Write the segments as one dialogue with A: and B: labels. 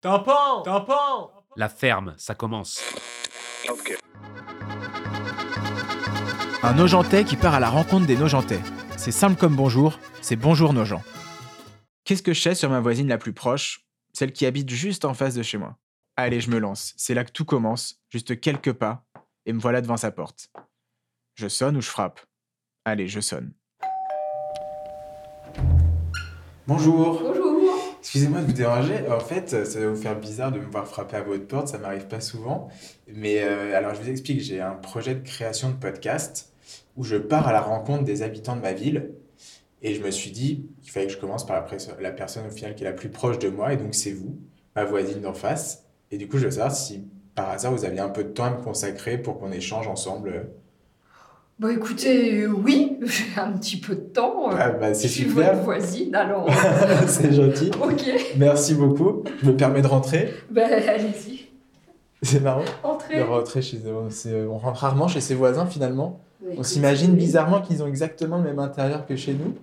A: Tampon Tampon
B: La ferme, ça commence.
C: Un Nogentais qui part à la rencontre des Nogentais. C'est simple comme bonjour, c'est bonjour Nogent. Qu'est-ce que je sais sur ma voisine la plus proche, celle qui habite juste en face de chez moi Allez, je me lance, c'est là que tout commence, juste quelques pas, et me voilà devant sa porte. Je sonne ou je frappe Allez, je sonne. Bonjour
D: Bonjour.
C: Excusez-moi de vous déranger, en fait, euh, ça va vous faire bizarre de me voir frapper à votre porte, ça m'arrive pas souvent. Mais euh, alors, je vous explique, j'ai un projet de création de podcast où je pars à la rencontre des habitants de ma ville. Et je me suis dit qu'il fallait que je commence par la, pres- la personne au final qui est la plus proche de moi, et donc c'est vous, ma voisine d'en face. Et du coup, je veux savoir si par hasard vous aviez un peu de temps à me consacrer pour qu'on échange ensemble.
D: Bah écoutez, euh, oui, j'ai un petit peu de temps. euh,
C: Ah, bah,
D: je
C: c'est
D: suis
C: super,
D: votre voisine, alors.
C: c'est gentil.
D: ok,
C: Merci beaucoup. Je me permets de rentrer.
D: ben allez-y,
C: C'est marrant. de
D: entrez.
C: rentrer chez eux. C'est- On rentre rarement chez ses voisins finalement.
D: Bah,
C: On
D: écoutez,
C: s'imagine bizarrement qu'ils ont exactement le même intérieur que chez nous,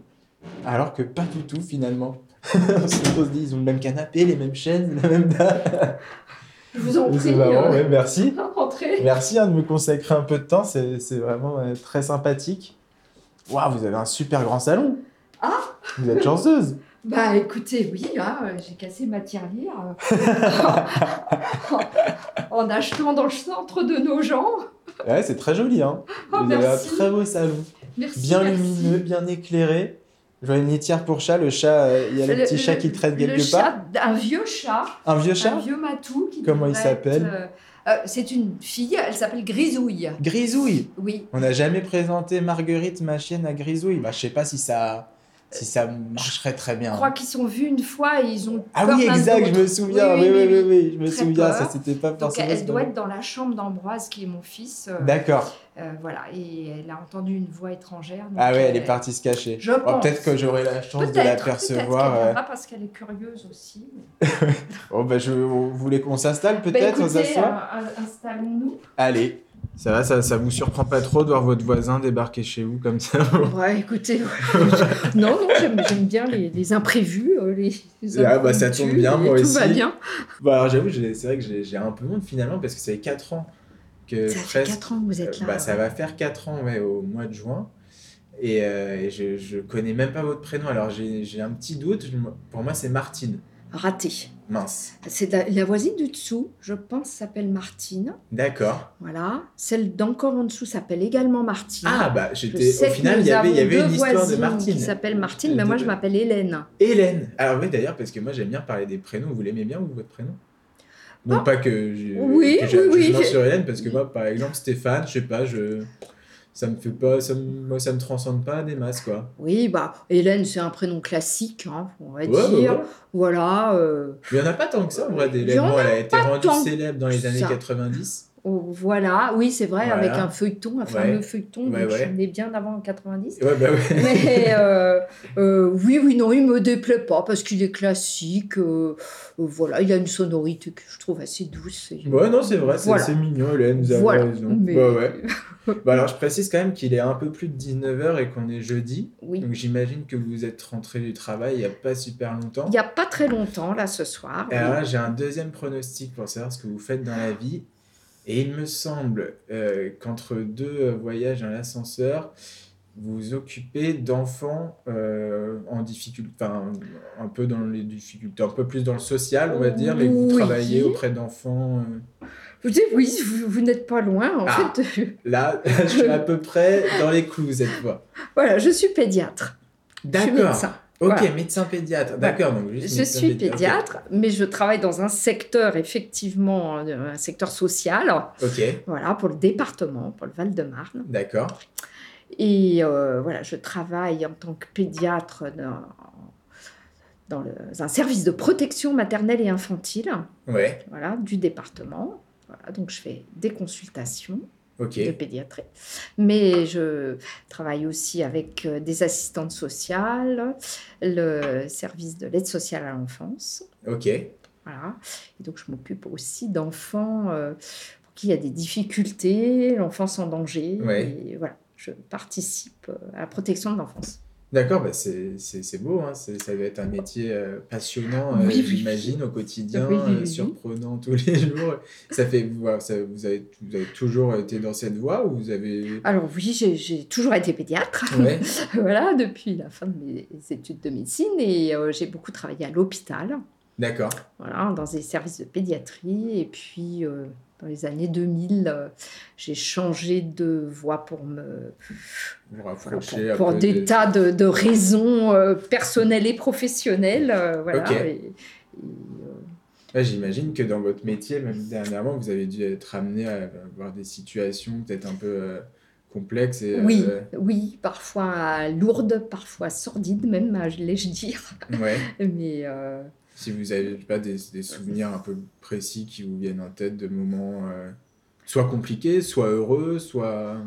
C: alors que pas du tout finalement. on se dit ils ont le même canapé, les mêmes chaises, la même dalle.
D: Je vous en prie,
C: C'est marrant,
D: euh,
C: bah, ouais, merci.
D: entrez.
C: Merci hein, de me consacrer un peu de temps, c'est c'est vraiment euh, très sympathique. Waouh, vous avez un super grand salon.
D: Ah
C: Vous êtes chanceuse.
D: Bah écoutez, oui, hein, euh, j'ai cassé ma tirelire euh, en- en achetant dans le centre de nos gens.
C: Ouais, c'est très joli. Hein.
D: Oh,
C: vous avez un
D: merci.
C: très beau salon,
D: Merci.
C: bien
D: merci.
C: lumineux, bien éclairé. Je vois une litière pour chat, le chat, euh, il y a le, petit chat qui traîne quelque
D: le
C: part.
D: chat- un vieux chat,
C: Un vieux chat
D: un vieux matou. qui
C: Comment il
D: devrait être,
C: s'appelle
D: euh, euh, C'est une fille, elle s'appelle Grisouille.
C: Grisouille
D: Oui,
C: On n'a jamais présenté Marguerite, ma chienne, à Grisouille. Bah, je sais pas si ça, si ça marcherait très bien.
D: je crois qu'ils sont vus une fois et ils ont.
C: Ah
D: peur
C: oui,
D: l'un de
C: exact, je me
D: l'autre.
C: souviens. Oui, oui, oui, oui, je me
D: Très
C: souviens.
D: peur.
C: Ça, c'était pas
D: Donc
C: forcément.
D: elle
C: ce
D: doit
C: moment.
D: être dans la chambre d'Ambroise qui est mon fils. euh,
C: D'accord.
D: euh, voilà, et elle a entendu une voix étrangère. donc,
C: Ah ouais, elle
D: euh,
C: est partie se cacher.
D: Je
C: Oh,
D: pense.
C: peut-être que j'aurai la chance
D: Peut-être,
C: de la
D: peut-être qu'elle
C: percevoir. euh,
D: viendra parce qu'elle est curieuse aussi.
C: Oh, bah, je... Vous voulez qu'on s'installe
D: Bah,
C: peut-être On
D: écoutez,
C: s'assoit
D: euh, euh, installons-nous.
C: Allez. Ça va, ça, ça vous surprend pas trop de voir votre voisin débarquer chez vous comme ça
D: Ouais, écoutez, non, non, j'aime, j'aime bien les, les imprévus, euh, les, les
C: Ah, bah, ça tombe bien,
D: impromptus,
C: moi
D: et
C: aussi.
D: Tout va bien.
C: Bah, alors j'avoue, j'ai- c'est vrai que j'ai j'ai un peu honte finalement parce que ça fait 4 ans que
D: Ça fait
C: Euh, presque.
D: 4 ans que vous êtes là.
C: Bah, ça va faire 4 ans ouais, au mois de juin. Et, euh, et je, je connais même pas votre prénom. Alors j'ai j'ai un petit doute. Je me- Pour moi, c'est Martine.
D: Raté.
C: Mince.
D: C'est la, la voisine du dessous, je pense, s'appelle Martine.
C: D'accord.
D: Voilà. Celle d'encore en dessous s'appelle également Martine.
C: Ah, bah
D: Je
C: j'étais.
D: sais
C: Au
D: que
C: final,
D: nous
C: il y avait, il y
D: avons
C: avait
D: deux
C: une histoire de
D: voisines
C: Martine.
D: qui s'appelle Martine, mais moi je
C: De-
D: m'appelle Hélène.
C: Hélène. Alors Ah oui, d'ailleurs, parce que moi j'aime bien parler des prénoms. Vous l'aimez bien, vous, votre prénom Non,
D: Ah.
C: pas que je.
D: Oui,
C: que je-
D: oui,
C: je
D: oui,
C: lance
D: j'ai-
C: sur Hélène, parce que moi, par exemple, Stéphane, je sais pas, je. Ça me fait pas. Ça me... Moi, ça me transcende pas des masses, quoi.
D: Oui, bah Hélène, c'est un prénom classique, hein, on va
C: Ouais, ouais,
D: dire.
C: ouais.
D: Voilà. euh,
C: Il n'y en a pas tant que ça, en vrai,
D: Il
C: des
D: y en
C: Bon, elle a été
D: pas
C: rendue
D: tant
C: célèbre dans les
D: que
C: années
D: ça.
C: 90.
D: oh, voilà. Oui, c'est vrai,
C: Voilà.
D: avec un feuilleton, un fameux feuilleton.
C: Ouais,
D: donc
C: ouais.
D: on est bien avant en 90.
C: Ouais, bah ouais.
D: Mais euh, euh, oui, oui, non, il me déplaît pas parce qu'il est classique. euh, euh, voilà, il a une sonorité que je trouve assez douce. et-
C: Ouais, non, c'est vrai, c'est
D: Voilà.
C: c'est mignon, Hélène, vous avez
D: Voilà,
C: raison.
D: mais-
C: Ouais, ouais. Bah alors, je précise quand même qu'il est un peu plus de 19h et qu'on est jeudi.
D: Oui.
C: Donc, j'imagine que vous êtes rentré du travail il n'y a pas super longtemps.
D: Il n'y a pas très longtemps, là, ce soir.
C: Et alors là, Ah, j'ai un deuxième pronostic pour savoir ce que vous faites dans la vie. Et il me semble euh, qu'entre deux euh, voyages dans l'ascenseur, vous vous occupez d'enfants euh, en difficulté, enfin un peu dans les difficultés, un peu plus dans le social, on va dire, mais vous
D: Oui.
C: travaillez auprès d'enfants. euh,
D: Vous dites, oui, vous, vous n'êtes pas loin, en
C: Ah.
D: fait. euh,
C: Là, je suis à peu près dans les clous cette fois.
D: voilà, je suis pédiatre. Je suis
C: D'accord.
D: médecin.
C: Ok,
D: Voilà.
C: médecin pédiatre. D'accord. donc juste
D: Je
C: médecin
D: suis
C: pédiatre.
D: pédiatre, mais je travaille dans un secteur, effectivement, euh, un secteur social,
C: Ok, Ok,
D: voilà, pour le département, pour le Val-de-Marne.
C: d'accord.
D: Et euh, voilà, je travaille en tant que pédiatre dans, dans le- un service de protection maternelle et infantile,
C: Ouais.
D: voilà, du département. Voilà, donc je fais des consultations.
C: Ok.
D: de pédiatrie. Mais je travaille aussi avec euh, des assistantes sociales, le service de l'aide sociale à l'enfance.
C: Ok.
D: Voilà. Et donc, je m'occupe aussi d'enfants euh, pour qui il y a des difficultés, l'enfance en danger.
C: Ouais.
D: Et voilà, je participe euh, à la protection de l'enfance.
C: D'accord, bah c'est c'est- c'est beau, hein, c'est- ça doit être un métier euh, passionnant, euh,
D: Oui, oui.
C: j'imagine, au quotidien,
D: Oui, oui,
C: euh,
D: oui.
C: surprenant tous les jours. Ça fait, vous, voilà, ça- vous, avez, vous avez toujours été dans cette voie ou vous avez...
D: Alors oui, j'ai- j'ai toujours été pédiatre,
C: Ouais,
D: voilà, depuis la fin de mes études de médecine et euh, j'ai beaucoup travaillé à l'hôpital,
C: d'accord.
D: voilà, dans des services de pédiatrie et puis euh, dans les années 2000, euh, j'ai changé de voie pour me
C: Vous
D: voilà,
C: rapprochez
D: pour,
C: un
D: pour
C: peu
D: des
C: de-
D: tas de, de raisons euh, personnelles et professionnelles, euh, voilà.
C: Ok.
D: et- et, euh,
C: Ouais, J'imagine que dans votre métier, même dernièrement, vous avez dû être amené à voir des situations peut-être un peu euh, complexes et...
D: Oui,
C: euh,
D: oui, parfois lourde, parfois sordide même, euh, à- l'ai-je dire.
C: ouais.
D: Mais euh,
C: Si vous avez je sais pas, des, des souvenirs un peu précis qui vous viennent en tête de moments euh, soit compliqués, soit heureux, soit...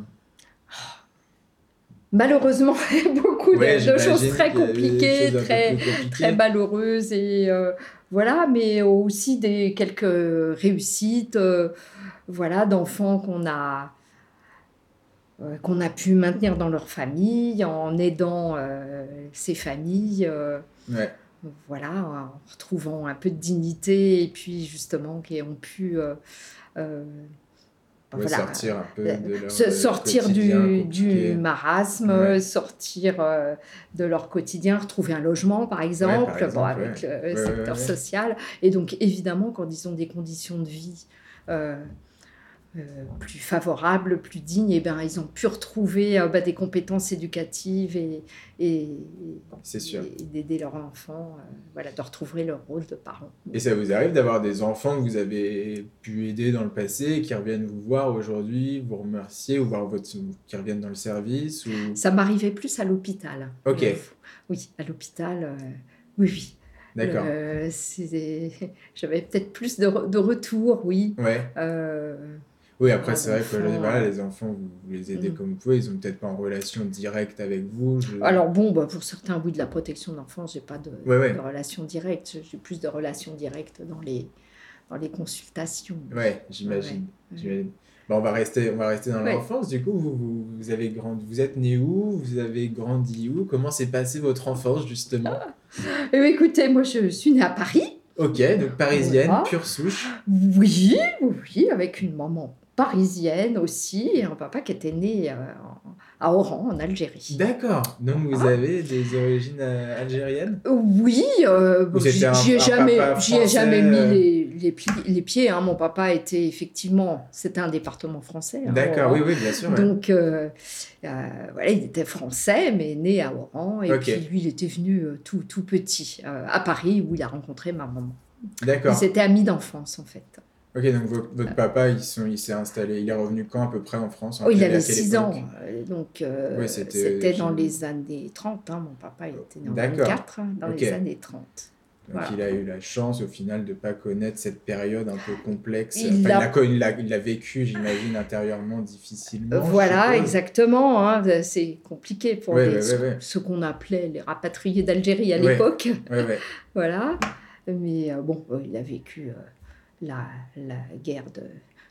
D: malheureusement, beaucoup de-
C: Ouais,
D: de, choses
C: j'imagine
D: très
C: qu'il y a des
D: compliquées,
C: choses un peu
D: très,
C: plus compliquées.
D: très malheureuses. Et euh, voilà, mais aussi des quelques réussites, euh, voilà, d'enfants qu'on a euh, qu'on a pu maintenir dans leur famille en aidant euh, ces familles. euh,
C: Ouais,
D: voilà, en retrouvant un peu de dignité et puis justement qui ont pu euh, euh, ben
C: ouais,
D: voilà,
C: sortir un peu
D: euh,
C: de leur
D: se
C: euh,
D: sortir
C: quotidien
D: du,
C: compliqué.
D: du marasme,
C: Ouais.
D: sortir euh, de leur quotidien, retrouver un logement par exemple, bon,
C: exemple,
D: avec le
C: Ouais,
D: secteur
C: ouais, ouais.
D: social. Et donc évidemment quand ils ont des conditions de vie... euh, euh, plus favorables, plus dignes, et ben, ils ont pu retrouver euh, bah, des compétences éducatives et- et,
C: C'est sûr.
D: et d'aider leur enfant, euh, voilà, de retrouver leur rôle de parent.
C: Et ça vous arrive d'avoir des enfants que vous avez pu aider dans le passé et qui reviennent vous voir aujourd'hui, vous remercier ou voir votre... qui reviennent dans le service ou...
D: Ça m'arrivait plus à l'hôpital.
C: Ok.
D: Euh, Oui, à l'hôpital, euh, oui, oui.
C: D'accord.
D: Euh, c'est- J'avais peut-être plus de, re- de retours, oui.
C: Ouais.
D: Euh,
C: Oui, après,
D: Avoir
C: c'est vrai
D: des
C: qu'aujourd'hui,
D: enfants,
C: voilà,
D: ouais.
C: les enfants, vous, vous les aidez
D: Mhm.
C: comme vous pouvez. Ils ont peut-être pas en relation directe avec vous. je-
D: alors bon, bah, pour certains, oui, de la protection d'enfants, j'ai pas de,
C: Ouais, ouais.
D: de relation directe. J'ai plus de relations directes dans les, dans les consultations.
C: Ouais, j'imagine.
D: Ouais.
C: j'imagine. Bon, on va rester, on va rester dans
D: Ouais.
C: l'enfance. Du coup, vous, vous, vous avez grandi, vous êtes né où Vous avez grandi où Comment s'est passée votre enfance justement
D: Eh bien, écoutez, moi, je suis née à Paris.
C: Ok, donc parisienne,
D: Voilà.
C: pure souche.
D: Oui, oui, avec une maman parisienne aussi et un papa qui était né euh, en- à Oran, en Algérie.
C: D'accord. Donc vous
D: Ah.
C: avez des origines euh, algériennes
D: Oui, euh,
C: Vous
D: j'y
C: étiez un-
D: j'y ai
C: un
D: jamais,
C: papa
D: j'y ai jamais mis
C: français, euh.
D: les, les pi- les pieds. hein. Mon papa était effectivement, c'était un département français. hein,
C: D'accord,
D: Oran.
C: oui, oui, bien sûr. ouais.
D: Donc, euh, euh, voilà, il était français, mais né à Oran. Et
C: Ok.
D: puis, lui, il était venu euh, tout, tout petit euh, à Paris, où il a rencontré ma maman.
C: D'accord.
D: Ils étaient amis d'enfance, en fait.
C: Ok, donc vo- votre papa, il, sont- il s'est installé, il est revenu quand à peu près en France en
D: Oh, il
C: quelle- à
D: avait
C: quelle
D: 6
C: époque
D: ans, euh, donc euh,
C: Ouais, c'était-
D: c'était dans
C: je-
D: les années 30. hein, mon papa était né en
C: D'accord.
D: 24, hein, dans
C: Ok.
D: les années 30.
C: Donc
D: Voilà.
C: il a eu la chance au final de ne pas connaître cette période un peu complexe. Enfin,
D: Il
C: Il
D: l'a-
C: l'a con- il l'a il l'a vécu, j'imagine, intérieurement, difficilement.
D: Euh, voilà,
C: je suppose.
D: exactement. hein, c'est compliqué pour
C: Ouais,
D: les-
C: ouais,
D: ce,
C: ouais, ouais.
D: ce qu'on appelait les rapatriés d'Algérie à
C: Ouais.
D: l'époque.
C: Ouais, ouais.
D: Voilà. Mais euh, bon, euh, il a vécu euh, la, la guerre de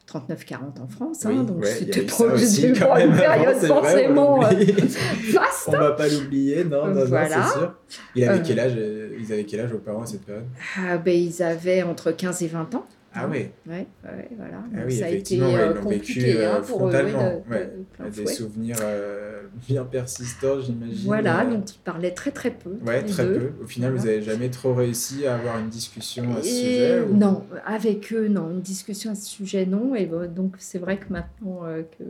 D: 39-40 en France, hein,
C: Oui, ouais,
D: donc
C: il y a
D: c'était
C: eu ça aussi, quand
D: probablement une
C: même, avant,
D: période
C: c'est vrai, on
D: forcément euh,
C: l'oublie.
D: vaste.
C: On va pas l'oublier, non, non, non,
D: Voilà.
C: c'est sûr. Il avait
D: Euh.
C: quel âge, euh, ils avaient quel âge aux parents à cette période
D: Ah, ben, ils avaient entre 15 et 20 ans.
C: Ah oui,
D: Ouais, ouais, voilà.
C: Ah
D: Donc,
C: oui,
D: ça a été
C: effectivement, ouais,
D: euh,
C: ils l'ont vécu,
D: compliqué
C: euh,
D: hein, pour eux ouais,
C: frontalement,
D: de-
C: ouais,
D: de plein
C: des
D: fouet.
C: souvenirs euh, bien persistants, j'imagine.
D: Voilà,
C: Euh,
D: donc ils parlaient très très peu. tous
C: Ouais,
D: les
C: très
D: deux.
C: peu. Au final, vous n'avez jamais trop réussi à avoir une discussion à ce
D: Et
C: sujet ou-
D: Non, avec eux, non, une discussion à ce sujet, non. Et euh, donc, c'est vrai que maintenant euh, que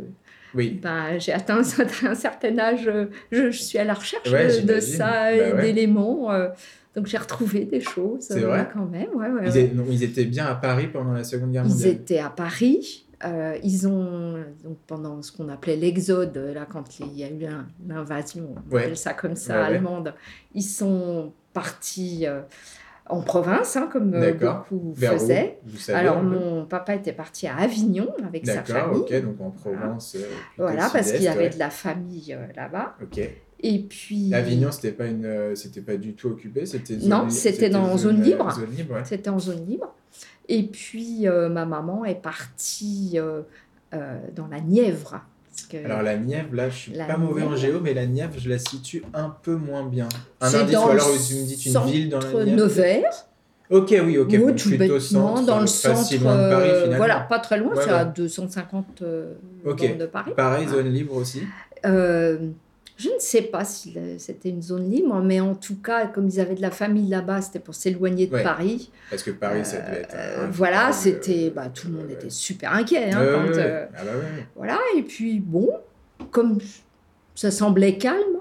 C: Oui,
D: ben, j'ai atteint un certain- un certain âge, euh, je, je suis à la recherche
C: Ouais,
D: de- de,
C: j'imagine.
D: ça,
C: Bah
D: et
C: ouais.
D: d'éléments. euh, donc, j'ai retrouvé des choses
C: C'est
D: euh,
C: vrai
D: quand même. ouais, ouais,
C: Ils,
D: ouais.
C: é- non, ils étaient bien à Paris pendant la Seconde Guerre
D: Ils
C: mondiale.
D: étaient à Paris. euh, ils ont, donc pendant ce qu'on appelait l'exode, euh, là, quand il y a eu un- l'invasion, on
C: Ouais.
D: appelle ça comme ça,
C: Ouais, ouais.
D: allemande, ils sont partis euh, en province, hein, comme euh,
C: D'accord.
D: beaucoup
C: Vers où
D: faisaient.
C: Vous savez,
D: Alors,
C: un peu
D: mon papa était parti à Avignon avec sa
C: D'accord,
D: famille.
C: ok, donc en Provence. euh, plutôt
D: Voilà, parce
C: sud-est,
D: qu'il y avait
C: ouais.
D: de la famille euh, là-bas.
C: Ok.
D: Et puis.
C: Avignon, c'était pas une, euh, c'était pas du tout occupé, c'était.
D: Non,
C: zone-
D: c'était dans zone
C: euh,
D: libre.
C: Zone libre, ouais.
D: C'était en zone libre. Et puis, euh, ma maman est partie euh, euh, dans la Nièvre. Parce que
C: Alors la Nièvre, là, je suis
D: La
C: pas mauvais en
D: Nièvre.
C: géo, mais la Nièvre, je la situe un peu moins bien. Un
D: c'est
C: indice,
D: dans
C: ou alors
D: le
C: tu me dites une
D: centre
C: ville dans la Nièvre.
D: Nevers,
C: Ok, oui, ok.
D: ou
C: donc
D: tout
C: plutôt
D: bêtement,
C: centre,
D: dans le
C: pas
D: centre.
C: si loin de Paris,
D: euh,
C: finalement.
D: voilà, pas très loin,
C: Ouais,
D: c'est
C: ouais.
D: à 250 euh,
C: Ok.
D: bornes de Paris.
C: Pareil, zone libre aussi.
D: Euh, je ne sais pas si le- c'était une zone libre, mais en tout cas, comme ils avaient de la famille là-bas, c'était pour s'éloigner de
C: Ouais.
D: Paris.
C: Parce que Paris, ça devait être.
D: Euh,
C: un-
D: voilà,
C: un-
D: c'était.
C: euh,
D: Bah, tout le monde
C: ouais,
D: était
C: ouais.
D: super inquiet. hein,
C: Ouais,
D: quand,
C: ouais, ouais.
D: euh,
C: Ah bah ouais.
D: voilà, et puis bon, comme ça semblait calme,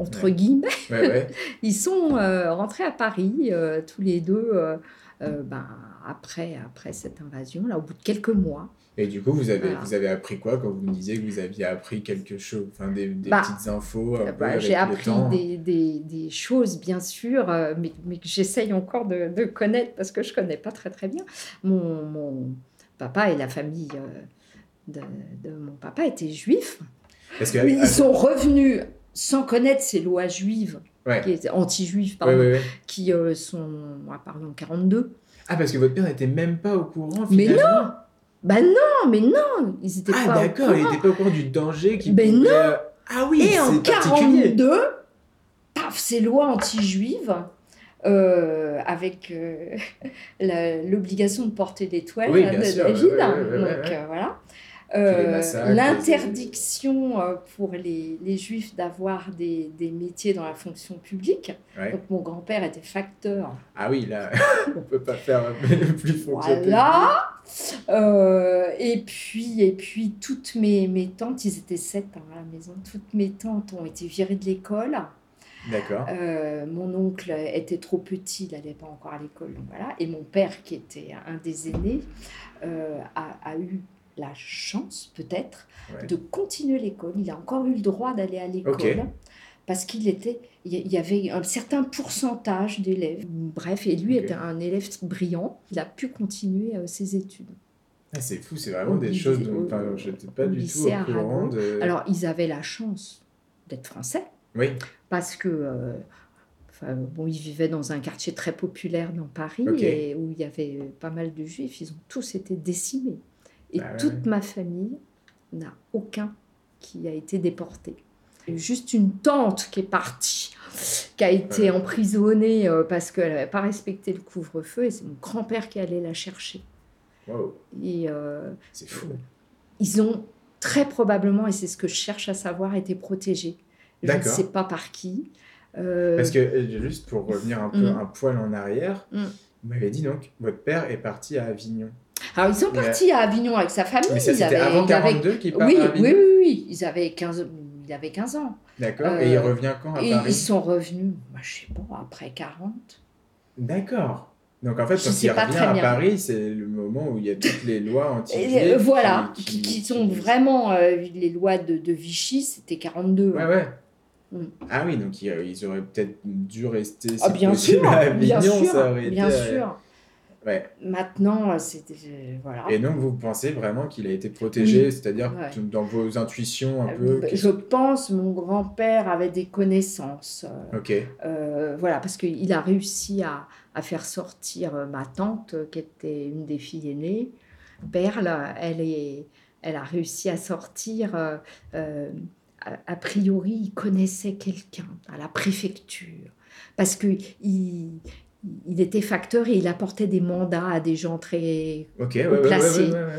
D: entre
C: Ouais.
D: guillemets,
C: Ouais, ouais.
D: ils sont euh, rentrés à Paris, euh, tous les deux, euh, euh, ben, après, après cette invasion, là, au bout de quelques mois.
C: Et du coup, vous avez,
D: Voilà.
C: vous avez appris quoi quand vous me disiez que vous aviez appris quelque chose Enfin, des, des
D: Bah,
C: petites infos. un peu
D: Bah,
C: avec
D: J'ai
C: le
D: appris
C: temps.
D: des, des- des choses, bien sûr, euh, mais, mais que j'essaye encore de, de connaître parce que je connais pas très très bien. Mon, mon papa et la famille euh, de, de mon papa étaient juifs.
C: Parce que.
D: Ils
C: ah,
D: sont revenus sans connaître ces lois juives,
C: Ouais.
D: qui étaient- anti-juives,
C: ouais,
D: pardon,
C: ouais, ouais.
D: qui euh, sont apparues en 42.
C: Ah, parce que votre père n'était même pas au courant.
D: Mais
C: finalement.
D: Ben non, mais non, ils étaient
C: Ah,
D: pas. au
C: d'accord, il
D: courant.
C: n'était pas au courant du danger qui.
D: Ben
C: pouvait- Ah oui,
D: Et en
C: c'est particulier.
D: 42, paf, ces lois anti-juives, euh, avec euh, la- l'obligation de porter des toiles
C: Oui,
D: hein,
C: bien
D: de
C: sûr,
D: David.
C: ouais, ouais, ouais, ouais,
D: donc
C: ouais.
D: euh, voilà.
C: les
D: Euh,
C: massacres,
D: L'interdiction euh, pour les, les juifs d'avoir des, des métiers dans la fonction publique.
C: Ouais.
D: Donc mon grand-père était facteur.
C: Ah oui, là, on peut pas faire plus fort que ça.
D: Voilà. Euh, et puis, et puis toutes mes, mes tantes, ils étaient sept hein, à la maison, toutes mes tantes ont été virées de l'école.
C: D'accord.
D: Euh, mon oncle était trop petit, il n'allait pas encore à l'école, donc voilà. Et mon père, qui était un des aînés, euh, a, a eu la chance, peut-être,
C: Ouais.
D: de continuer l'école. Il a encore eu le droit d'aller à l'école.
C: Ok.
D: Parce qu'il était, il y- il y avait un certain pourcentage d'élèves. Bref, et lui
C: Ok.
D: était un élève brillant. Il a pu continuer euh, ses études.
C: Ah, c'est fou, c'est vraiment
D: Au
C: des
D: lycée-
C: choses dont
D: au-
C: enfin, je n'étais pas
D: au
C: du tout
D: lycée
C: au
D: à
C: courant
D: Ragon.
C: de.
D: Alors, ils avaient la chance d'être français.
C: Euh, oui,
D: parce que euh, enfin, bon, ils vivaient dans un quartier très populaire dans Paris
C: Ok.
D: et où il y avait pas mal de juifs. Ils ont tous été décimés. Et
C: Bah ouais.
D: toute ma famille n'a aucun qui a été déporté. Juste une tante qui est partie, qui a été
C: Ouais.
D: emprisonnée euh, parce qu'elle n'avait pas respecté le couvre-feu et c'est mon grand-père qui allait la chercher.
C: Wow,
D: Et euh,
C: c'est fou.
D: ils ont très probablement, et c'est ce que je cherche à savoir, été protégés. Je ne
C: D'accord.
D: sais pas par qui. Euh,
C: Parce que, euh, juste pour revenir un peu
D: Mm.
C: un poil en arrière,
D: Mm.
C: vous m'avez dit donc, votre père est parti à Avignon.
D: Alors, ils sont
C: Mais-
D: partis à Avignon avec sa famille.
C: Mais ça,
D: ils
C: c'était
D: avaient,
C: avant
D: ils avaient-
C: 42 qu'il part
D: Oui,
C: à Avignon
D: oui, oui, oui. Ils avaient 15, il avait 15 ans.
C: D'accord, et il
D: Euh,
C: revient quand à
D: Et ils
C: Ah, Paris
D: sont revenus, moi, je sais pas, après 40.
C: D'accord. Donc en fait,
D: Je
C: quand
D: sais
C: il
D: pas
C: revient
D: très
C: à
D: bien.
C: Paris, c'est le moment où il y a toutes les lois anti
D: Et, euh, voilà, qui, qui sont vraiment euh, les lois de, de Vichy, c'était 42.
C: Ouais,
D: hein.
C: ouais.
D: Mm.
C: Ah oui, donc ils, ils auraient peut-être dû rester
D: Ah,
C: si
D: bien
C: possible,
D: sûr,
C: à
D: bien
C: Avignon,
D: sûr,
C: ça aurait
D: bien
C: été, euh,
D: sûr.
C: ouais.
D: Maintenant, euh, c'était euh, voilà.
C: Et donc vous pensez vraiment qu'il a été protégé, c'est-à-dire
D: Ouais.
C: t- dans vos intuitions un peu.
D: Euh,
C: qu'est-ce-
D: Je pense mon grand-père avait des connaissances. euh,
C: Ok,
D: Euh, voilà, parce qu'il a réussi à, à faire sortir euh, ma tante, euh, qui était une des filles aînées. Perle, euh, elle, est, elle a réussi à sortir. euh, euh, a, a priori, il connaissait quelqu'un à la préfecture, parce que il, il était facteur et il apportait des mandats à des gens très...
C: ok, ouais, ouais, ouais,
D: placé.
C: ouais, ouais, ouais.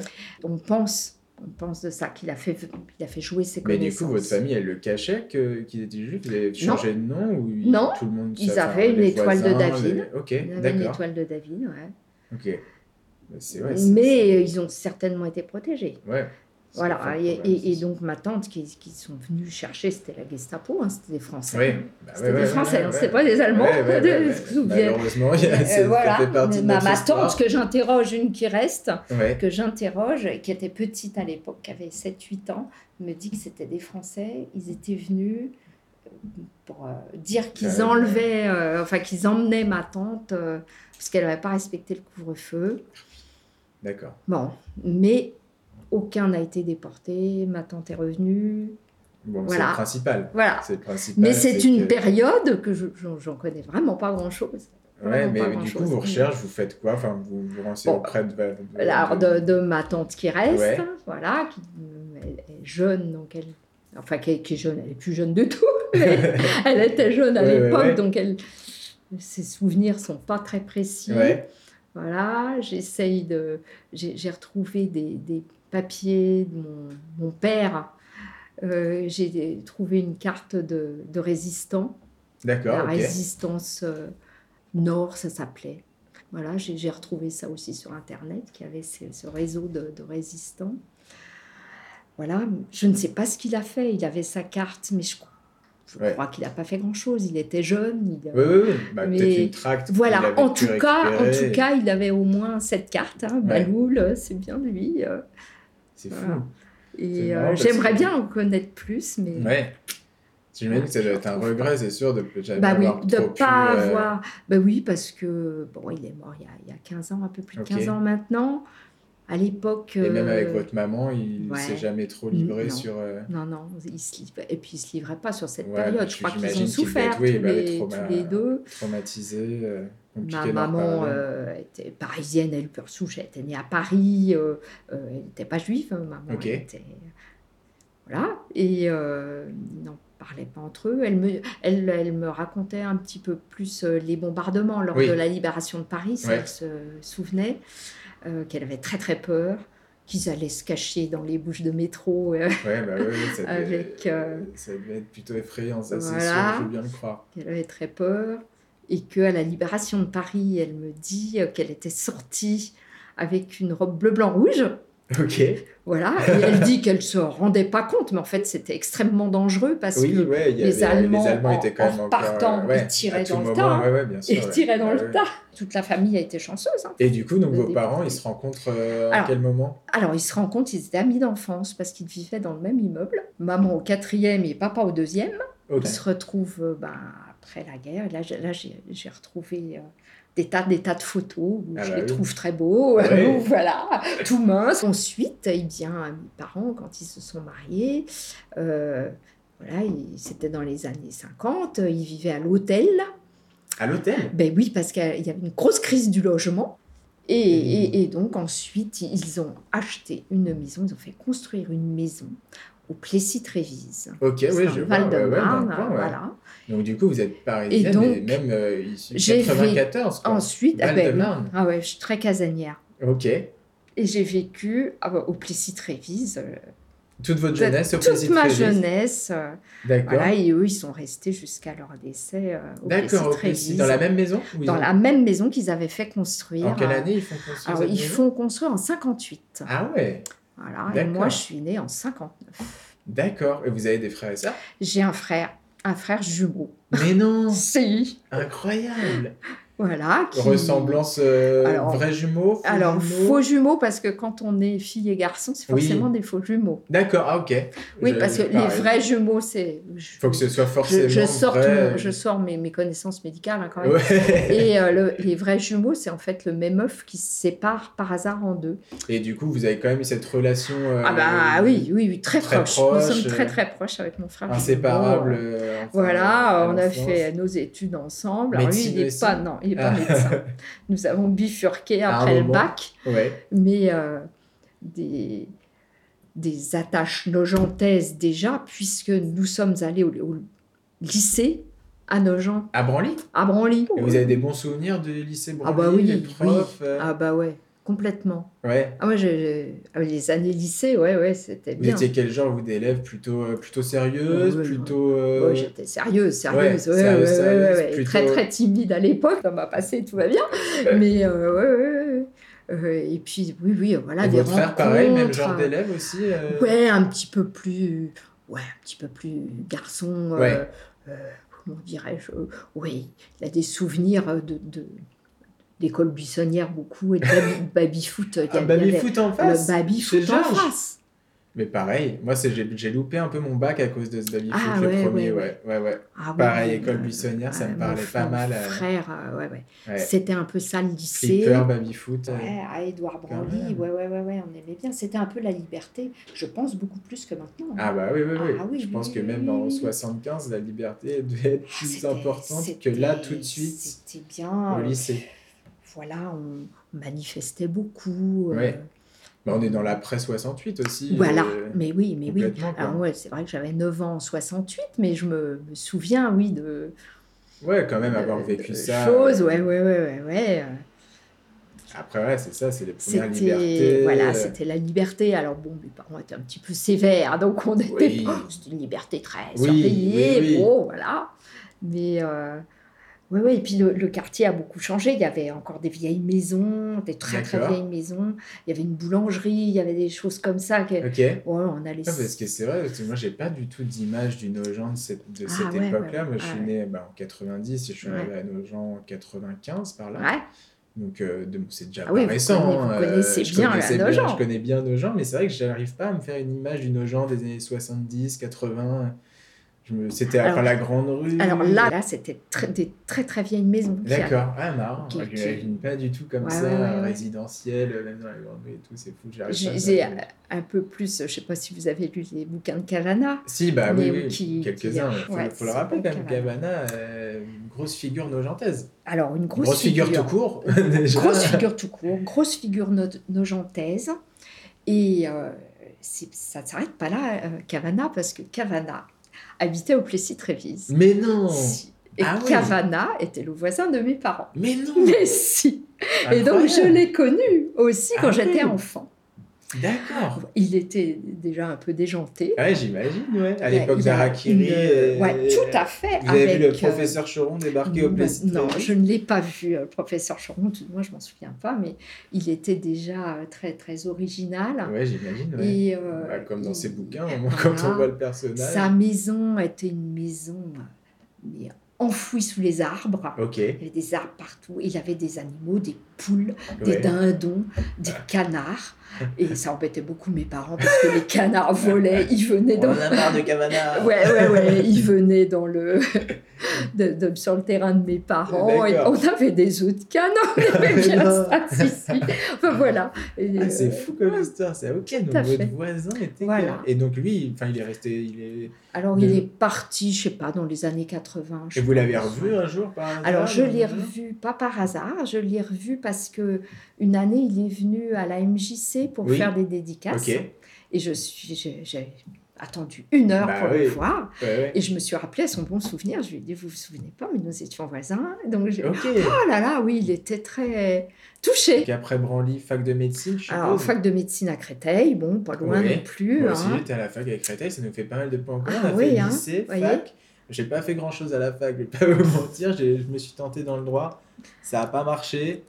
D: On pense, on pense de ça, qu'il a fait, il a fait jouer ses
C: Mais du
D: connaissances.
C: coup, votre famille, elle le cachait que- qu'ils étaient juifs Vous avez
D: Non.
C: changé de nom ou il-
D: Non.
C: tout le monde
D: Ils
C: savait,
D: avaient une
C: les
D: étoile de
C: voisins,
D: David.
C: les- Ok,
D: Il avait une
C: d'accord.
D: étoile de David, ouais.
C: Ok. Bah, c'est- ouais, c'est-
D: mais euh, ils ont certainement été protégés.
C: c'est- ouais. C'est pas
D: Voilà,
C: le
D: et,
C: problème,
D: et- et
C: c'est-
D: donc ma tante qui, qui sont venus chercher, c'était la Gestapo, hein, c'était des Français.
C: Oui, bah,
D: C'était
C: ouais,
D: des
C: ouais,
D: Français,
C: ouais,
D: hein,
C: ouais.
D: c'était pas des Allemands.
C: Ouais, ouais, ouais, ouais.
D: Je me souviens.
C: Malheureusement, il y a-
D: Euh,
C: c'est- ça
D: voilà,
C: fait partie de
D: ma,
C: notre
D: ma
C: histoire.
D: tante que j'interroge, une qui reste,
C: Ouais.
D: que j'interroge, qui était petite à l'époque, qui avait 7-8 ans, me dit que c'était des Français. Ils étaient venus euh, pour euh, dire qu'ils
C: Ah Ouais.
D: enlevaient, euh, enfin qu'ils emmenaient ma tante, euh, parce qu'elle n'avait pas respecté le couvre-feu.
C: D'accord.
D: Bon, mais aucun n'a été déporté, ma tante est revenue.
C: Bon, c'est
D: Voilà.
C: le principal.
D: Voilà.
C: Bah, C'est le principal.
D: Mais c'est une
C: que-
D: période que je j'en j'en connais vraiment pas grand-chose.
C: Ouais,
D: vraiment
C: mais
D: pas
C: du coup,
D: grand-chose.
C: vos recherches, vous faites quoi Enfin, vous vous renseignez
D: Bon,
C: auprès de. de- de-
D: Alors, de, de ma tante qui reste,
C: Ouais.
D: voilà, qui elle est jeune, donc elle. Enfin, qui est, qui est jeune, elle est plus jeune de tout, mais elle était jeune à
C: Ouais, ouais,
D: l'époque,
C: ouais.
D: donc elle, ses souvenirs sont pas très précis.
C: Ouais.
D: Voilà, j'essaye de. J'ai j'ai retrouvé des, des papiers de mon, mon père. Euh, j'ai trouvé une carte de, de résistant. La
C: D'accord, Ah, ok.
D: résistance euh, nord, ça s'appelait. Voilà, j'ai j'ai retrouvé ça aussi sur Internet, qu'il y avait ce, ce réseau de, de résistants. Voilà, je ne sais pas ce qu'il a fait. Il avait sa carte, mais je, je
C: Ouais.
D: crois qu'il n'a pas fait grand-chose. Il était jeune. il-
C: Oui, oui, oui. Bah,
D: Mais-
C: Peut-être une tract.
D: Voilà, en tout, cas, en tout cas, il avait au moins cette carte. Hein,
C: Ouais.
D: Baloul, euh, c'est bien lui. euh,
C: C'est fou.
D: voilà.
C: C'est
D: Et
C: marrant
D: euh,
C: parce
D: j'aimerais
C: que-
D: bien en connaître plus, mais
C: Ouais. J'imagine que ça doit être un regret, c'est sûr, de ne jamais
D: Bah oui,
C: avoir
D: de
C: trop pu,
D: pas
C: euh,
D: avoir. Bah oui, parce que bon, il est mort il y a, il y a 15 ans, un peu plus de
C: Ok.
D: 15 ans maintenant. À l'époque.
C: Et même avec
D: euh,
C: votre maman, il ne
D: ouais.
C: s'est jamais trop
D: Mm,
C: livré
D: non.
C: sur. euh,
D: Non, non, il se livrait- et puis il se livrait pas sur cette
C: Ouais,
D: période.
C: parce
D: Je
C: que
D: crois qu'ils
C: j'imagine
D: ont
C: qu'il devait
D: souffert
C: être- oui,
D: tous,
C: bah,
D: les,
C: trauma-
D: tous les deux.
C: traumatisé, euh, compliqué
D: Ma
C: d'en
D: maman
C: reparler.
D: euh, était parisienne, elle pure souche, elle était née à Paris, euh, euh, elle n'était pas juive, hein, maman.
C: Ok.
D: elle était- Voilà, et euh, ils n'en parlaient pas entre eux. Elle me, elle, elle me racontait un petit peu plus euh, les bombardements lors
C: Oui.
D: de la libération de Paris, ça,
C: Ouais.
D: elle se souvenait, euh, qu'elle avait très très peur, qu'ils allaient se cacher dans les bouches de métro. euh,
C: Ouais, bah oui, oui, ça devait,
D: Avec, euh,
C: ça devait être plutôt effrayant, ça c'est
D: voilà.
C: sûr, je veux bien le croire.
D: qu'elle avait très peur et qu'à la libération de Paris, elle me dit euh, qu'elle était sortie avec une robe bleu, blanc, rouge.
C: Ok,
D: Voilà, et elle dit qu'elle se rendait pas compte, mais en fait c'était extrêmement dangereux parce
C: oui,
D: que
C: ouais, il y
D: les
C: avait-
D: Allemands,
C: les Allemands
D: en-
C: étaient quand
D: en
C: même encore...
D: repartant,
C: euh,
D: ils
C: ouais,
D: tiraient
C: à tout
D: dans le
C: moment,
D: tas, hein.
C: ouais, ouais, bien sûr,
D: ils
C: ouais.
D: tiraient dans
C: Ah,
D: le
C: ouais.
D: tas. Toute la famille a été chanceuse. hein.
C: Et du coup, donc
D: Le
C: vos
D: début.
C: parents, ils se rencontrent euh, à
D: Alors,
C: quel moment
D: Alors ils se rendent compte, ils étaient amis d'enfance parce qu'ils vivaient dans le même immeuble. Maman au quatrième et papa au deuxième.
C: Ok,
D: Ils se retrouvent euh, ben, après la guerre. Et là, j'ai- là, j'ai j'ai retrouvé euh, des, tas, des tas de photos où
C: Ah
D: je
C: bah
D: les
C: oui.
D: trouve très beaux.
C: Ouais.
D: voilà, tout mince. Ensuite, eh bien, mes parents, quand ils se sont mariés, euh, voilà, ils- c'était dans les années 50, ils vivaient à l'hôtel.
C: à l'hôtel
D: Ben oui, parce qu'il y avait une grosse crise du logement. Et,
C: Mmh.
D: et- et donc ensuite, ils ont acheté une maison, ils ont fait construire une maison au Plessis-Trévise.
C: Ok,
D: C'est
C: oui,
D: dans
C: je
D: le
C: vois, ouais, ouais, dans
D: Val-de-Marne,
C: le coin, ouais.
D: voilà.
C: Donc du coup, vous êtes parisienne,
D: donc,
C: et même euh, issue de
D: j'ai
C: 94, quoi.
D: Ensuite, ah, ben,
C: Val-de-Marne.
D: ah ouais, je suis très casanière.
C: Ok,
D: Et j'ai vécu ah ouais, au Plessis-Trévise, euh,
C: toute votre jeunesse au
D: toute
C: Plessis
D: ma
C: Trévis.
D: jeunesse. euh,
C: D'accord,
D: voilà, et eux, ils sont restés jusqu'à leur décès euh, au
C: d'accord, au Plessis,
D: Plessis-Trévise,
C: dans la même maison ou ils
D: dans
C: ont-
D: la même maison qu'ils avaient fait construire.
C: En quelle
D: euh,
C: année ils font construire
D: alors,
C: cette
D: ils
C: maison
D: font construire en 58.
C: Ah ouais,
D: Voilà, et
C: D'accord.
D: moi, je suis née en 59.
C: d'accord. Et vous avez des frères et sœurs
D: J'ai un frère, un frère jumeau.
C: Mais non
D: C'est
C: Incroyable
D: voilà. qui-
C: Ressemblance euh,
D: Alors-
C: vrai jumeau faux
D: Alors,
C: jumeau
D: faux jumeaux, parce que quand on est fille et garçon, c'est
C: Oui.
D: forcément des faux jumeaux.
C: D'accord, ah ok.
D: Oui,
C: Je-
D: parce que les
C: pareil.
D: vrais jumeaux, c'est. je-
C: faut que ce soit
D: je,
C: forcément
D: je sors, tout
C: vrai.
D: mon- je sors mes, mes connaissances médicales hein, quand même.
C: Ouais.
D: Et euh, le- les vrais jumeaux, c'est en fait le même œuf qui se sépare par hasard en deux.
C: Et du coup, vous avez quand même cette relation euh,
D: ah bah oui, oui, oui, très,
C: très
D: proche. Nous
C: proche,
D: sommes
C: euh,
D: très très proches avec mon frère. jumeau.
C: inséparable. euh, enfin,
D: Oh. Voilà,
C: à
D: on a
C: l'enfance.
D: fait nos études ensemble. Alors lui,
C: Médecine
D: il n'est
C: aussi.
D: pas, non, il est pas
C: Ah.
D: médecin. Nous avons bifurqué
C: À un
D: après le
C: moment.
D: bac,
C: Ouais.
D: mais euh, des, des attaches nogentaises déjà, puisque nous sommes allés au, au lycée à Nogent,
C: À Branly
D: à Branly.
C: Et vous avez des bons souvenirs du lycée Branly
D: Ah bah oui,
C: les
D: oui.
C: profs euh,
D: Ah bah ouais, complètement.
C: Ouais.
D: Ah ouais, j'ai- ah, les années lycée, ouais, ouais, c'était
C: Vous
D: bien.
C: étiez quel genre, vous, d'élèves plutôt, euh, plutôt sérieuse,
D: Ouais, ouais,
C: plutôt... euh,
D: Ouais, j'étais sérieuse, sérieuse,
C: ouais,
D: ouais,
C: sérieuse,
D: ouais, ouais,
C: sérieuse,
D: ouais, ouais,
C: plutôt-
D: très très timide à l'époque, ça m'a passé, tout va bien, mais euh, ouais, ouais, ouais, ouais. Euh, et puis oui, oui, voilà,
C: Et
D: des
C: votre frère, pareil, même genre
D: rencontres, hein.
C: d'élève aussi euh,
D: euh, Ouais, un petit peu plus, ouais, un petit peu plus garçon, euh,
C: Ouais.
D: euh, comment dirais-je, euh, oui, il a des souvenirs euh, de... de d'école buissonnière beaucoup et de baby- baby-foot. euh, Il y
C: Ah,
D: avait-
C: baby
D: il y avait
C: foot en face
D: Le baby-foot
C: chez
D: en
C: Georges.
D: face.
C: Mais pareil, moi c'est- j'ai j'ai loupé un peu mon bac à cause de ce baby foot,
D: Ah,
C: le
D: ouais,
C: premier, ouais.
D: ouais,
C: ouais, ouais.
D: Ah, ouais,
C: Pareil,
D: ouais,
C: école
D: ouais,
C: buissonnière, ça
D: ouais,
C: me
D: mon
C: parlait pas
D: frère-
C: mal, euh,
D: frère, euh, ouais, ouais.
C: ouais.
D: C'était un peu ça le lycée.
C: Flipper, ben, euh, baby foot.
D: Ouais, à Édouard
C: Quand
D: Branly,
C: même.
D: ouais, ouais, ouais, ouais, on aimait bien. C'était un peu la liberté, je pense, beaucoup plus que maintenant. hein.
C: Ah bah oui, oui, oui.
D: Ah oui,
C: Je
D: oui,
C: pense que
D: oui,
C: même
D: oui,
C: en
D: oui.
C: 75, la liberté devait être
D: Ah,
C: plus
D: c'était-
C: importante que
D: c'était-
C: là tout de suite
D: C'était bien.
C: au
D: euh,
C: lycée.
D: Voilà, on manifestait beaucoup. euh,
C: Ouais. Bah, on est dans l'après 68 aussi.
D: Voilà,
C: euh,
D: mais oui, mais oui.
C: complètement, quoi.
D: Alors ouais, c'est vrai que j'avais 9 ans en 68, mais je me, me souviens, oui, de,
C: Ouais, quand même,
D: de-
C: avoir
D: de
C: vécu ça.
D: choses.
C: euh,
D: euh, Ouais, ouais, ouais, ouais, ouais. euh,
C: Après, ouais, c'est ça, c'est les premières
D: C'était
C: libertés.
D: voilà,
C: euh,
D: c'était la liberté. Alors bon, mes parents étaient un petit peu sévères, donc on était
C: Oui.
D: c'était une liberté très
C: Oui,
D: surveillée.
C: oui, oui.
D: Bon, voilà. Mais euh, ouais, ouais. Et puis le, le quartier a beaucoup changé. Il y avait encore des vieilles maisons, des très très
C: D'accord.
D: vieilles maisons. Il y avait une boulangerie, il y avait des choses comme ça. Que, ouais,
C: Ok. Ah,
D: on allait.
C: parce que c'est vrai, parce que moi, j'ai pas du tout d'image du Nogent de cette, de
D: Ah,
C: cette
D: ouais, ouais,
C: époque-là. Moi, je
D: ouais,
C: suis
D: ouais.
C: né bah, en 90 et je suis
D: Ouais.
C: arrivé à Nogent en 95 par là.
D: Ouais.
C: Donc, euh, de- c'est déjà
D: Ah oui,
C: pas
D: vous
C: récent.
D: connaissez- vous
C: hein,
D: connaissez
C: je
D: bien
C: connaissais
D: la
C: bien-
D: Nogent.
C: Je connais bien Nogent, mais c'est vrai que j'arrive pas à me faire une image du Nogent des années 70, 80. Je me... C'était à
D: Alors-
C: enfin, la grande rue.
D: Alors là, là, c'était très- des très très vieilles maisons. qui a-
C: Mmh. D'accord, ah marrant,
D: qui-
C: Moi, je
D: qui-
C: l'imagine pas du tout comme
D: Ouais,
C: ça,
D: ouais, ouais, ouais.
C: résidentiel, même dans la grande rue et tout, c'est fou, j'arrive pas à
D: J'ai
C: me-
D: j'ai un peu plus, je ne sais pas si vous avez lu les bouquins de Cavana.
C: Si, bah oui,
D: mais
C: oui,
D: qui-
C: quelques-uns,
D: qui-
C: faut,
D: ouais,
C: faut le
D: c'est
C: rappeler quand même,
D: Cavana.
C: Cabana, euh, une grosse figure nogentaise.
D: Alors, une
C: Grosse,
D: grosse,
C: figure, tout court, déjà.
D: Grosse figure tout court, grosse figure no- nogentaise. Et euh, c'est- ça ne s'arrête pas là, euh, Cavana, parce que Cavana habitait au Plessis-Trévise.
C: Mais non
D: Si. Et
C: Ah oui. Ah
D: Cavana était le voisin de mes parents.
C: Mais non
D: Mais si Et donc, je l'ai connu aussi
C: Ah
D: quand j'étais
C: oui.
D: enfant.
C: D'accord
D: Il était déjà un peu déjanté.
C: Ouais, j'imagine, ouais. À
D: Il y a-
C: l'époque
D: il y a une-
C: d'Arakiri. euh,
D: Ouais, tout à fait.
C: Vous avez vu le
D: avec, euh,
C: professeur Choron débarquer au
D: Non,
C: Plessis
D: Non, je ne l'ai pas vu, euh, le professeur Choron. tout- Moi, je m'en souviens pas, mais il était déjà euh, très, très original.
C: Ouais, j'imagine, ouais.
D: Et, euh,
C: Bah, comme dans
D: il-
C: ses bouquins,
D: euh,
C: hein, quand
D: voilà.
C: on voit le personnage.
D: Sa maison était une maison euh, mais enfouie sous les arbres.
C: Ok,
D: Il y avait des arbres partout. Il avait des animaux, des poules, des
C: ouais. Ah.
D: dindons, des canards. Et ça embêtait beaucoup mes parents parce que les canards volaient. Ils venaient
C: On
D: dans
C: en a marre de Cavana
D: Ouais, ouais, ouais, il venait dans le, de- de- sur le terrain de mes parents. Et on
C: D'accord.
D: avait des œufs de canne, on aimait
C: Non.
D: bien ça, si, si. Enfin, voilà. Et,
C: Ah, c'est
D: euh,
C: fou comme histoire, c'est ok. Donc
D: à
C: votre
D: fait.
C: voisin était
D: Voilà.
C: gay. Et donc lui, enfin, il est resté. Il est...
D: alors,
C: de-
D: il est parti, je sais pas, dans les années 80. je
C: Et vous Ah, l'avez
D: pense.
C: revu un jour par hasard
D: Alors, je
C: dans
D: l'ai
C: le jeu
D: revu, pas par hasard, je l'ai revu parce que une année, il est venu à la MJC pour
C: Oui.
D: faire des dédicaces.
C: Ok, ouais,
D: Et je suis, j'ai j'ai attendu une heure
C: Bah
D: pour
C: oui.
D: le voir.
C: ouais.
D: Et je me suis rappelé à son bon souvenir. Je lui ai dit, vous vous souvenez pas, mais nous étions voisins. Donc, j'ai
C: Ok.
D: Oh là là, oui, il était très touché.
C: Donc après Branly, fac de médecine, je suppose.
D: Alors, fac de médecine à Créteil, bon, pas loin
C: Oui.
D: non plus.
C: Moi aussi,
D: hein.
C: j'étais à la fac avec Créteil, ça nous fait pas mal de points en commun.
D: Ah
C: on a
D: oui,
C: fait
D: hein,
C: lycée,
D: voyez.
C: fac. J'ai pas fait grand chose à la fac, je vais pas vous mentir. j'ai- Je me suis tenté dans le droit, ça a pas marché.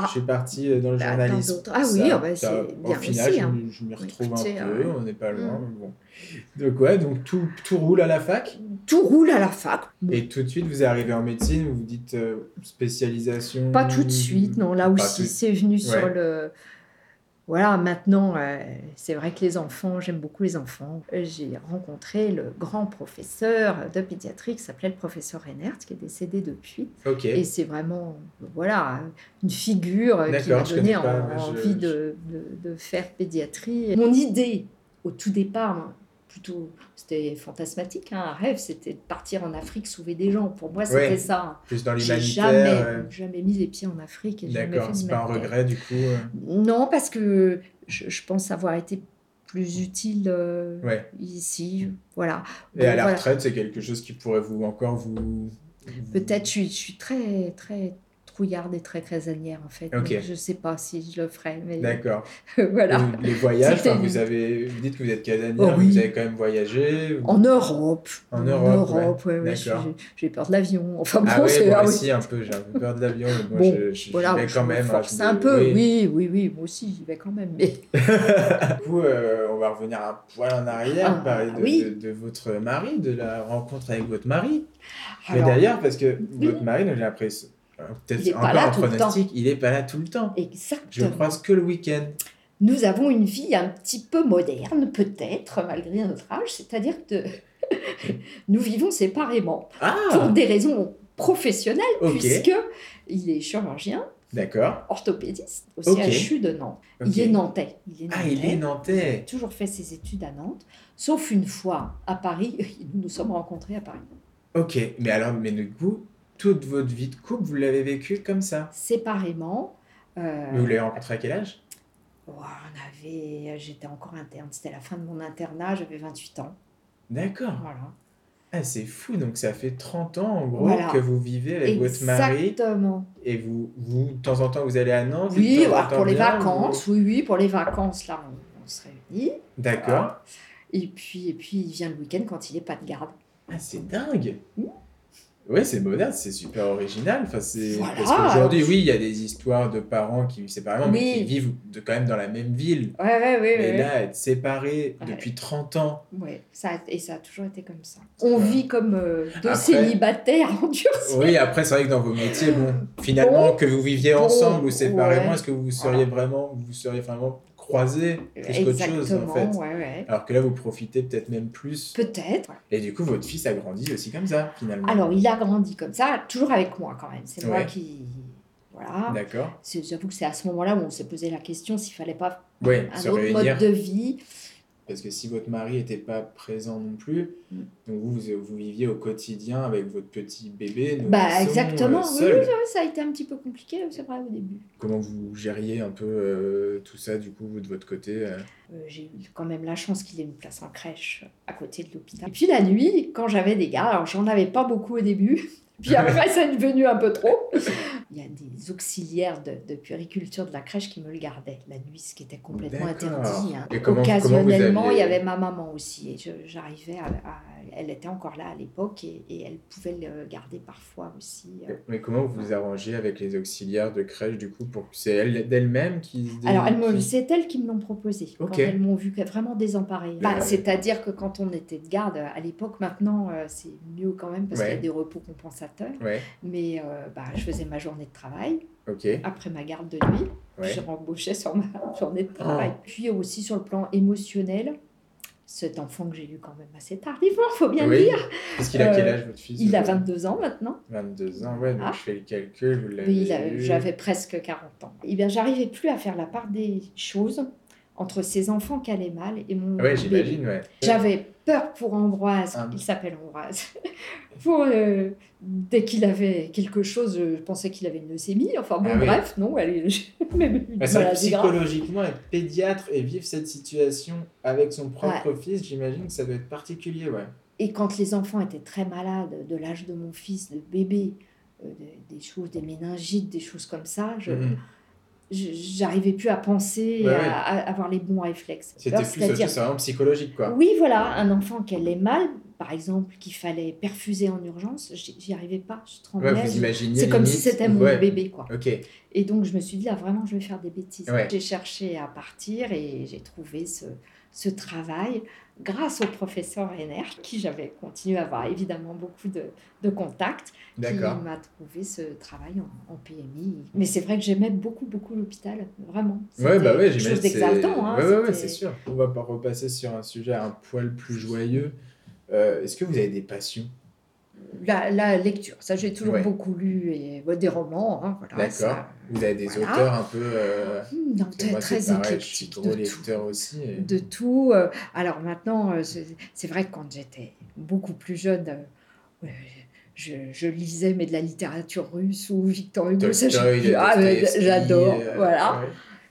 D: Ah.
C: Je suis parti euh, dans le
D: Bah, dans
C: journalisme.
D: d'autres- ah oui,
C: Ça-
D: ah bah,
C: ça-
D: c'est
C: Au
D: bien
C: final,
D: aussi,
C: je
D: hein.
C: me- je m'y retrouve
D: Écoutez,
C: un
D: euh,
C: peu, on n'est pas loin.
D: hmm.
C: mais Bon. Donc, ouais, donc tout, tout roule à la fac.
D: Tout roule à la fac. Bon,
C: Et tout de suite, vous arrivez en médecine, vous vous dites euh, spécialisation.
D: Pas tout de suite, non, là
C: Pas
D: aussi,
C: tout-
D: c'est venu sur
C: Ouais.
D: le. Voilà, maintenant, euh, c'est vrai que les enfants, j'aime beaucoup les enfants. Euh, J'ai rencontré le grand professeur de pédiatrie qui s'appelait le professeur Reinert, qui est décédé depuis.
C: Ok.
D: Et c'est vraiment, euh, voilà, une figure euh, qui
C: D'accord,
D: m'a
C: je
D: donné
C: connais pas,
D: en-
C: mais je-
D: envie de, de- de faire pédiatrie. Mon idée, au tout départ, hein, plutôt, c'était fantasmatique, hein, un rêve, c'était de partir en Afrique sauver des gens. Pour moi, c'était
C: Ouais,
D: ça.
C: Plus dans
D: J'ai
C: l'humanitaire.
D: jamais,
C: euh,
D: jamais mis les pieds en Afrique. et jamais fait
C: D'accord,
D: de
C: c'est pas un
D: humanitaire.
C: regret du coup. euh,
D: Non, parce que je, je pense avoir été plus utile euh,
C: Ouais.
D: ici. Voilà.
C: Et
D: Bon,
C: à la
D: voilà.
C: retraite, c'est quelque chose qui pourrait vous encore vous.
D: Peut-être, je suis, je suis très, très trouillarde et très casanière, en fait.
C: Ok.
D: Donc, Je ne sais pas si je le ferai, mais
C: D'accord. Euh,
D: voilà.
C: Et Les voyages,
D: C'était
C: enfin,
D: une-
C: vous avez, vous dites que vous êtes casanière,
D: Oh
C: mais
D: oui.
C: vous avez quand même voyagé. vous-
D: En Europe.
C: En Europe,
D: Europe, ouais, ouais,
C: D'accord.
D: j'ai- j'ai peur de l'avion. Enfin bon,
C: Ah ouais,
D: c'est...
C: moi
D: ah oui.
C: aussi un peu, j'ai un peu peur de l'avion, mais moi
D: Bon,
C: je, je, j'y
D: Voilà,
C: vais
D: je
C: quand
D: me
C: même. hein, je
D: force
C: me-
D: un peu,
C: oui.
D: oui. oui, oui, moi aussi, j'y vais quand même. Mais
C: Du coup, euh, on va revenir un poil en arrière,
D: Ah,
C: parler de,
D: oui.
C: de- de votre mari, de la rencontre avec votre mari. Mais
D: Alors,
C: d'ailleurs, parce que
D: oui.
C: votre mari, donc, j'ai l'impression, alors,
D: Il est
C: peut-être
D: pas
C: encore
D: là
C: un
D: tout le temps.
C: pronostic, il est pas là tout le temps. Je le
D: exactement.
C: croise que le week-end.
D: Nous avons une vie un petit peu moderne, peut-être, malgré notre âge. C'est-à-dire que nous vivons séparément pour
C: Ah,
D: des raisons professionnelles,
C: Ok.
D: puisque il est chirurgien,
C: d'accord.
D: orthopédiste au
C: Ok.
D: CHU de Nantes.
C: ok.
D: Il est nantais. Il est nantais.
C: Ah, il est nantais.
D: toujours fait ses études à Nantes, sauf une fois à Paris. Nous nous sommes rencontrés à Paris,
C: Ok, mais alors, mais du coup, toute votre vie de couple, vous l'avez vécue comme ça
D: séparément. euh,
C: Mais vous l'avez rencontré à quel âge
D: Ouah, on avait, j'étais encore interne, c'était la fin de mon internat, j'avais 28 ans.
C: D'accord.
D: Voilà.
C: Ah, c'est fou. Donc, ça fait 30 ans, en gros,
D: Voilà.
C: que vous vivez avec votre mari.
D: Exactement.
C: Et vous, vous, de temps en temps, vous allez à Nantes. et de
D: Oui,
C: temps en
D: bah,
C: temps,
D: pour les
C: bien, vous-
D: vacances, oui, oui, pour les vacances, là, on, on se réunit.
C: D'accord.
D: Et puis, et puis, il vient le week-end quand il n'est pas de garde.
C: Ah, c'est dingue. Ouais, c'est moderne, c'est super original. Enfin, c'est
D: Voilà.
C: parce qu'aujourd'hui, oui, il y a des histoires de parents qui vivent séparément, mais
D: Oui.
C: qui vivent de, quand même dans la même ville.
D: Ouais, ouais, ouais.
C: Mais
D: ouais.
C: là, être séparés
D: Ouais.
C: depuis 30 ans.
D: Ouais, ça a- et ça a toujours été comme ça. On
C: Ouais.
D: vit comme euh, deux
C: Après-
D: célibataires endurcis.
C: Oui, après, c'est vrai que dans vos métiers, bon, finalement, que vous viviez
D: Bon,
C: ensemble ou séparément,
D: ouais.
C: est-ce que vous seriez vraiment, vous seriez vraiment croisés plus qu'autre chose, en
D: Exactement,
C: fait.
D: ouais, ouais.
C: Alors que là, vous profitez peut-être même plus.
D: Peut-être. voilà.
C: Et du coup, votre fils a grandi aussi comme ça, finalement.
D: Alors, il a grandi comme ça, toujours avec moi quand même. C'est moi
C: Ouais.
D: qui. Voilà.
C: D'accord.
D: C'est- J'avoue que c'est à ce moment-là où on s'est posé la question s'il fallait pas
C: Oui,
D: un
C: se
D: autre
C: réunir.
D: mode de vie.
C: Parce que si votre mari n'était pas présent non plus,
D: Mm.
C: donc vous, vous, vous viviez au quotidien avec votre petit bébé. nourrisson,
D: Bah,
C: euh,
D: exactement. Oui,
C: seul.
D: oui, oui, ça a été un petit peu compliqué, c'est vrai, au début.
C: Comment vous gériez un peu euh, tout ça, du coup, vous, de votre côté euh
D: Euh, j'ai eu quand même la chance qu'il ait une place en crèche à côté de l'hôpital. Et puis la nuit, quand j'avais des gars, alors j'en avais pas beaucoup au début, puis après ça est devenu un peu trop. Il y a des auxiliaires de, de puériculture de la crèche qui me le gardaient la nuit, ce qui était complètement
C: D'accord.
D: interdit. hein.
C: Et comment-
D: Occasionnellement,
C: comment vous aviez-
D: il y avait ma maman aussi, et je- j'arrivais à, à- Elle était encore là à l'époque et, et elle pouvait le garder parfois aussi. euh.
C: Mais comment vous vous arrangez avec les auxiliaires de crèche, du coup, pour que c'est elle d'elle-même qui se dé-
D: Alors, elles m'ont-
C: qui-
D: c'est elles qui me l'ont proposé.
C: Ok.
D: Quand elles m'ont vu que- vraiment désemparée.
C: Mais-
D: Bah, C'est-à-dire que quand on était de garde, à l'époque, maintenant, euh, c'est mieux quand même parce
C: Ouais.
D: qu'il y a des repos compensateurs.
C: Ouais,
D: Mais euh, bah, je faisais ma journée de travail
C: ok.
D: après ma garde de nuit.
C: Ouais. Ah.
D: Je rembauchais sur ma journée de travail. Puis aussi sur le plan émotionnel, cet enfant que j'ai eu quand même assez tardivement, faut bien
C: Oui.
D: le dire.
C: Parce qu'il a
D: Euh,
C: quel âge, votre fils
D: Il a
C: aujourd'hui
D: 22 ans maintenant.
C: 22 ans, ouais, donc
D: Ah.
C: je fais le calcul, vous l'avez
D: Oui, il avait-
C: eu.
D: j'avais presque 40 ans. Eh bien, j'arrivais plus à faire la part des choses entre ces enfants qui allaient mal et mon
C: Ah Ouais,
D: bébé.
C: j'imagine, ouais.
D: J'avais peur pour Ambroise,
C: Ah.
D: il s'appelle Ambroise. pour, euh, dès qu'il avait quelque chose, je pensais qu'il avait une leucémie. Enfin bon,
C: Ah oui.
D: bref, non, elle est même une
C: Bah, c'est vrai que
D: maladie grave.
C: psychologiquement, être pédiatre et vivre cette situation avec son propre fils, j'imagine que ça doit être particulier, ouais.
D: Et quand les enfants étaient très malades, de l'âge de mon fils, de bébé, euh, des, des choses, des méningites, des choses comme ça, je,
C: Mhm.
D: je- j'arrivais plus à penser
C: Ouais,
D: et à,
C: ouais.
D: à avoir les bons réflexes.
C: C'était
D: Alors,
C: plus autre chose, c'est vraiment psychologique, quoi.
D: oui, voilà, un enfant qui allait mal, par exemple, qu'il fallait perfuser en urgence, j'y j'y arrivais pas, je tremblais.
C: Ouais, vous
D: je-
C: imaginez.
D: c'est comme si
C: limite-
D: c'était mon
C: ouais.
D: bébé, quoi.
C: Ok,
D: Et donc, je me suis dit, là, vraiment, je vais faire des bêtises.
C: Ouais.
D: J'ai cherché à partir et j'ai trouvé ce, ce travail grâce au professeur Henner, qui j'avais continué à avoir évidemment beaucoup de, de contacts, qui
C: d'accord.
D: m'a trouvé ce travail en, en PMI. Mais c'est vrai que j'aimais beaucoup, beaucoup l'hôpital, vraiment.
C: Ouais, bah
D: C'était
C: ouais,
D: quelque
C: j'imagine.
D: chose
C: c'est-
D: d'exaltant. hein,
C: ouais, ouais, ouais,
D: c'était-
C: c'est sûr. On va pas repasser sur un sujet un poil plus joyeux. Euh, Est-ce que vous avez des passions
D: La, la lecture, ça j'ai toujours
C: Ouais.
D: beaucoup lu et ouais, des romans, hein, voilà.
C: D'accord.
D: ça-
C: Vous avez des
D: Voilà.
C: auteurs un peu. euh,
D: Hmm, non,
C: parce que
D: très,
C: moi, c'est
D: très
C: pareil, je suis
D: éclectique
C: gros
D: de tout.
C: lecteur aussi. et-
D: De tout. euh, Alors maintenant, euh, c'est c'est vrai que quand j'étais beaucoup plus jeune, euh, euh, je, je lisais mais de la littérature russe ou Victor Hugo, ça, je-
C: Tolstoï,
D: ah, mais
C: Dostoïevski,
D: j'adore,
C: euh,
D: voilà. Ah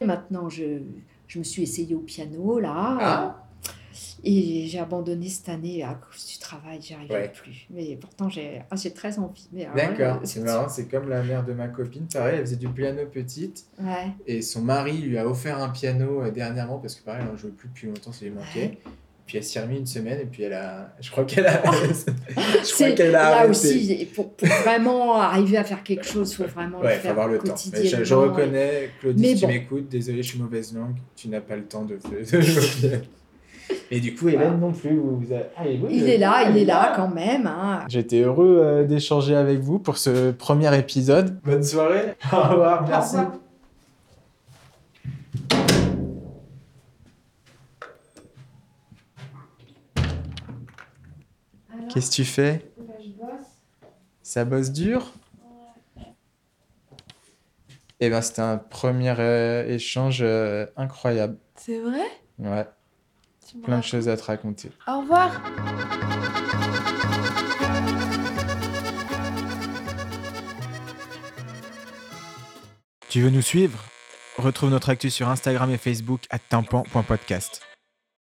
C: ouais.
D: Maintenant, je, je me suis essayée au piano là.
C: Ah.
D: Et j'ai abandonné cette année à cause du travail, j'y arrivais
C: Ouais.
D: plus. Mais pourtant, j'ai ah, j'ai très envie. mais alors là,
C: D'accord, c'est marrant, c'est comme la mère de ma copine, pareil, elle faisait du piano petite
D: Ouais.
C: et son mari lui a offert un piano euh, dernièrement parce que pareil, elle en jouait plus depuis longtemps, ça lui manquait. Puis elle s'y est remis une semaine et puis elle a. Je crois qu'elle a. je crois
D: Oh. C'est-
C: qu'elle a.
D: Là
C: arrêté.
D: aussi, et pour, pour vraiment arriver à faire quelque chose, il faut vraiment
C: Ouais,
D: le
C: faut
D: faire
C: avoir le temps. Mais
D: quotidiennement.
C: je, je reconnais, Claudie,
D: Mais
C: si
D: bon.
C: tu m'écoutes, désolé, je suis mauvaise langue, tu n'as pas le temps de, de jouer au piano. Et du coup, Hélène non plus, vous, vous avez- Ah, il est beau,
D: Il
C: le-
D: est là,
C: Ah,
D: il est là quand même. hein.
C: J'étais heureux euh, d'échanger avec vous pour ce premier épisode. Bonne soirée. Au revoir. Merci.
D: revoir.
C: Qu'est-ce que tu fais
A: Bah, Je bosse.
C: Ça bosse dur Eh ben, c'était un premier euh, échange euh, incroyable.
A: C'est vrai
C: Ouais,
A: Tu me
C: plein de
A: racontes.
C: choses à te raconter.
A: Au revoir
E: Tu veux nous suivre
C: Retrouve notre actu sur Instagram et Facebook à tympan.podcast.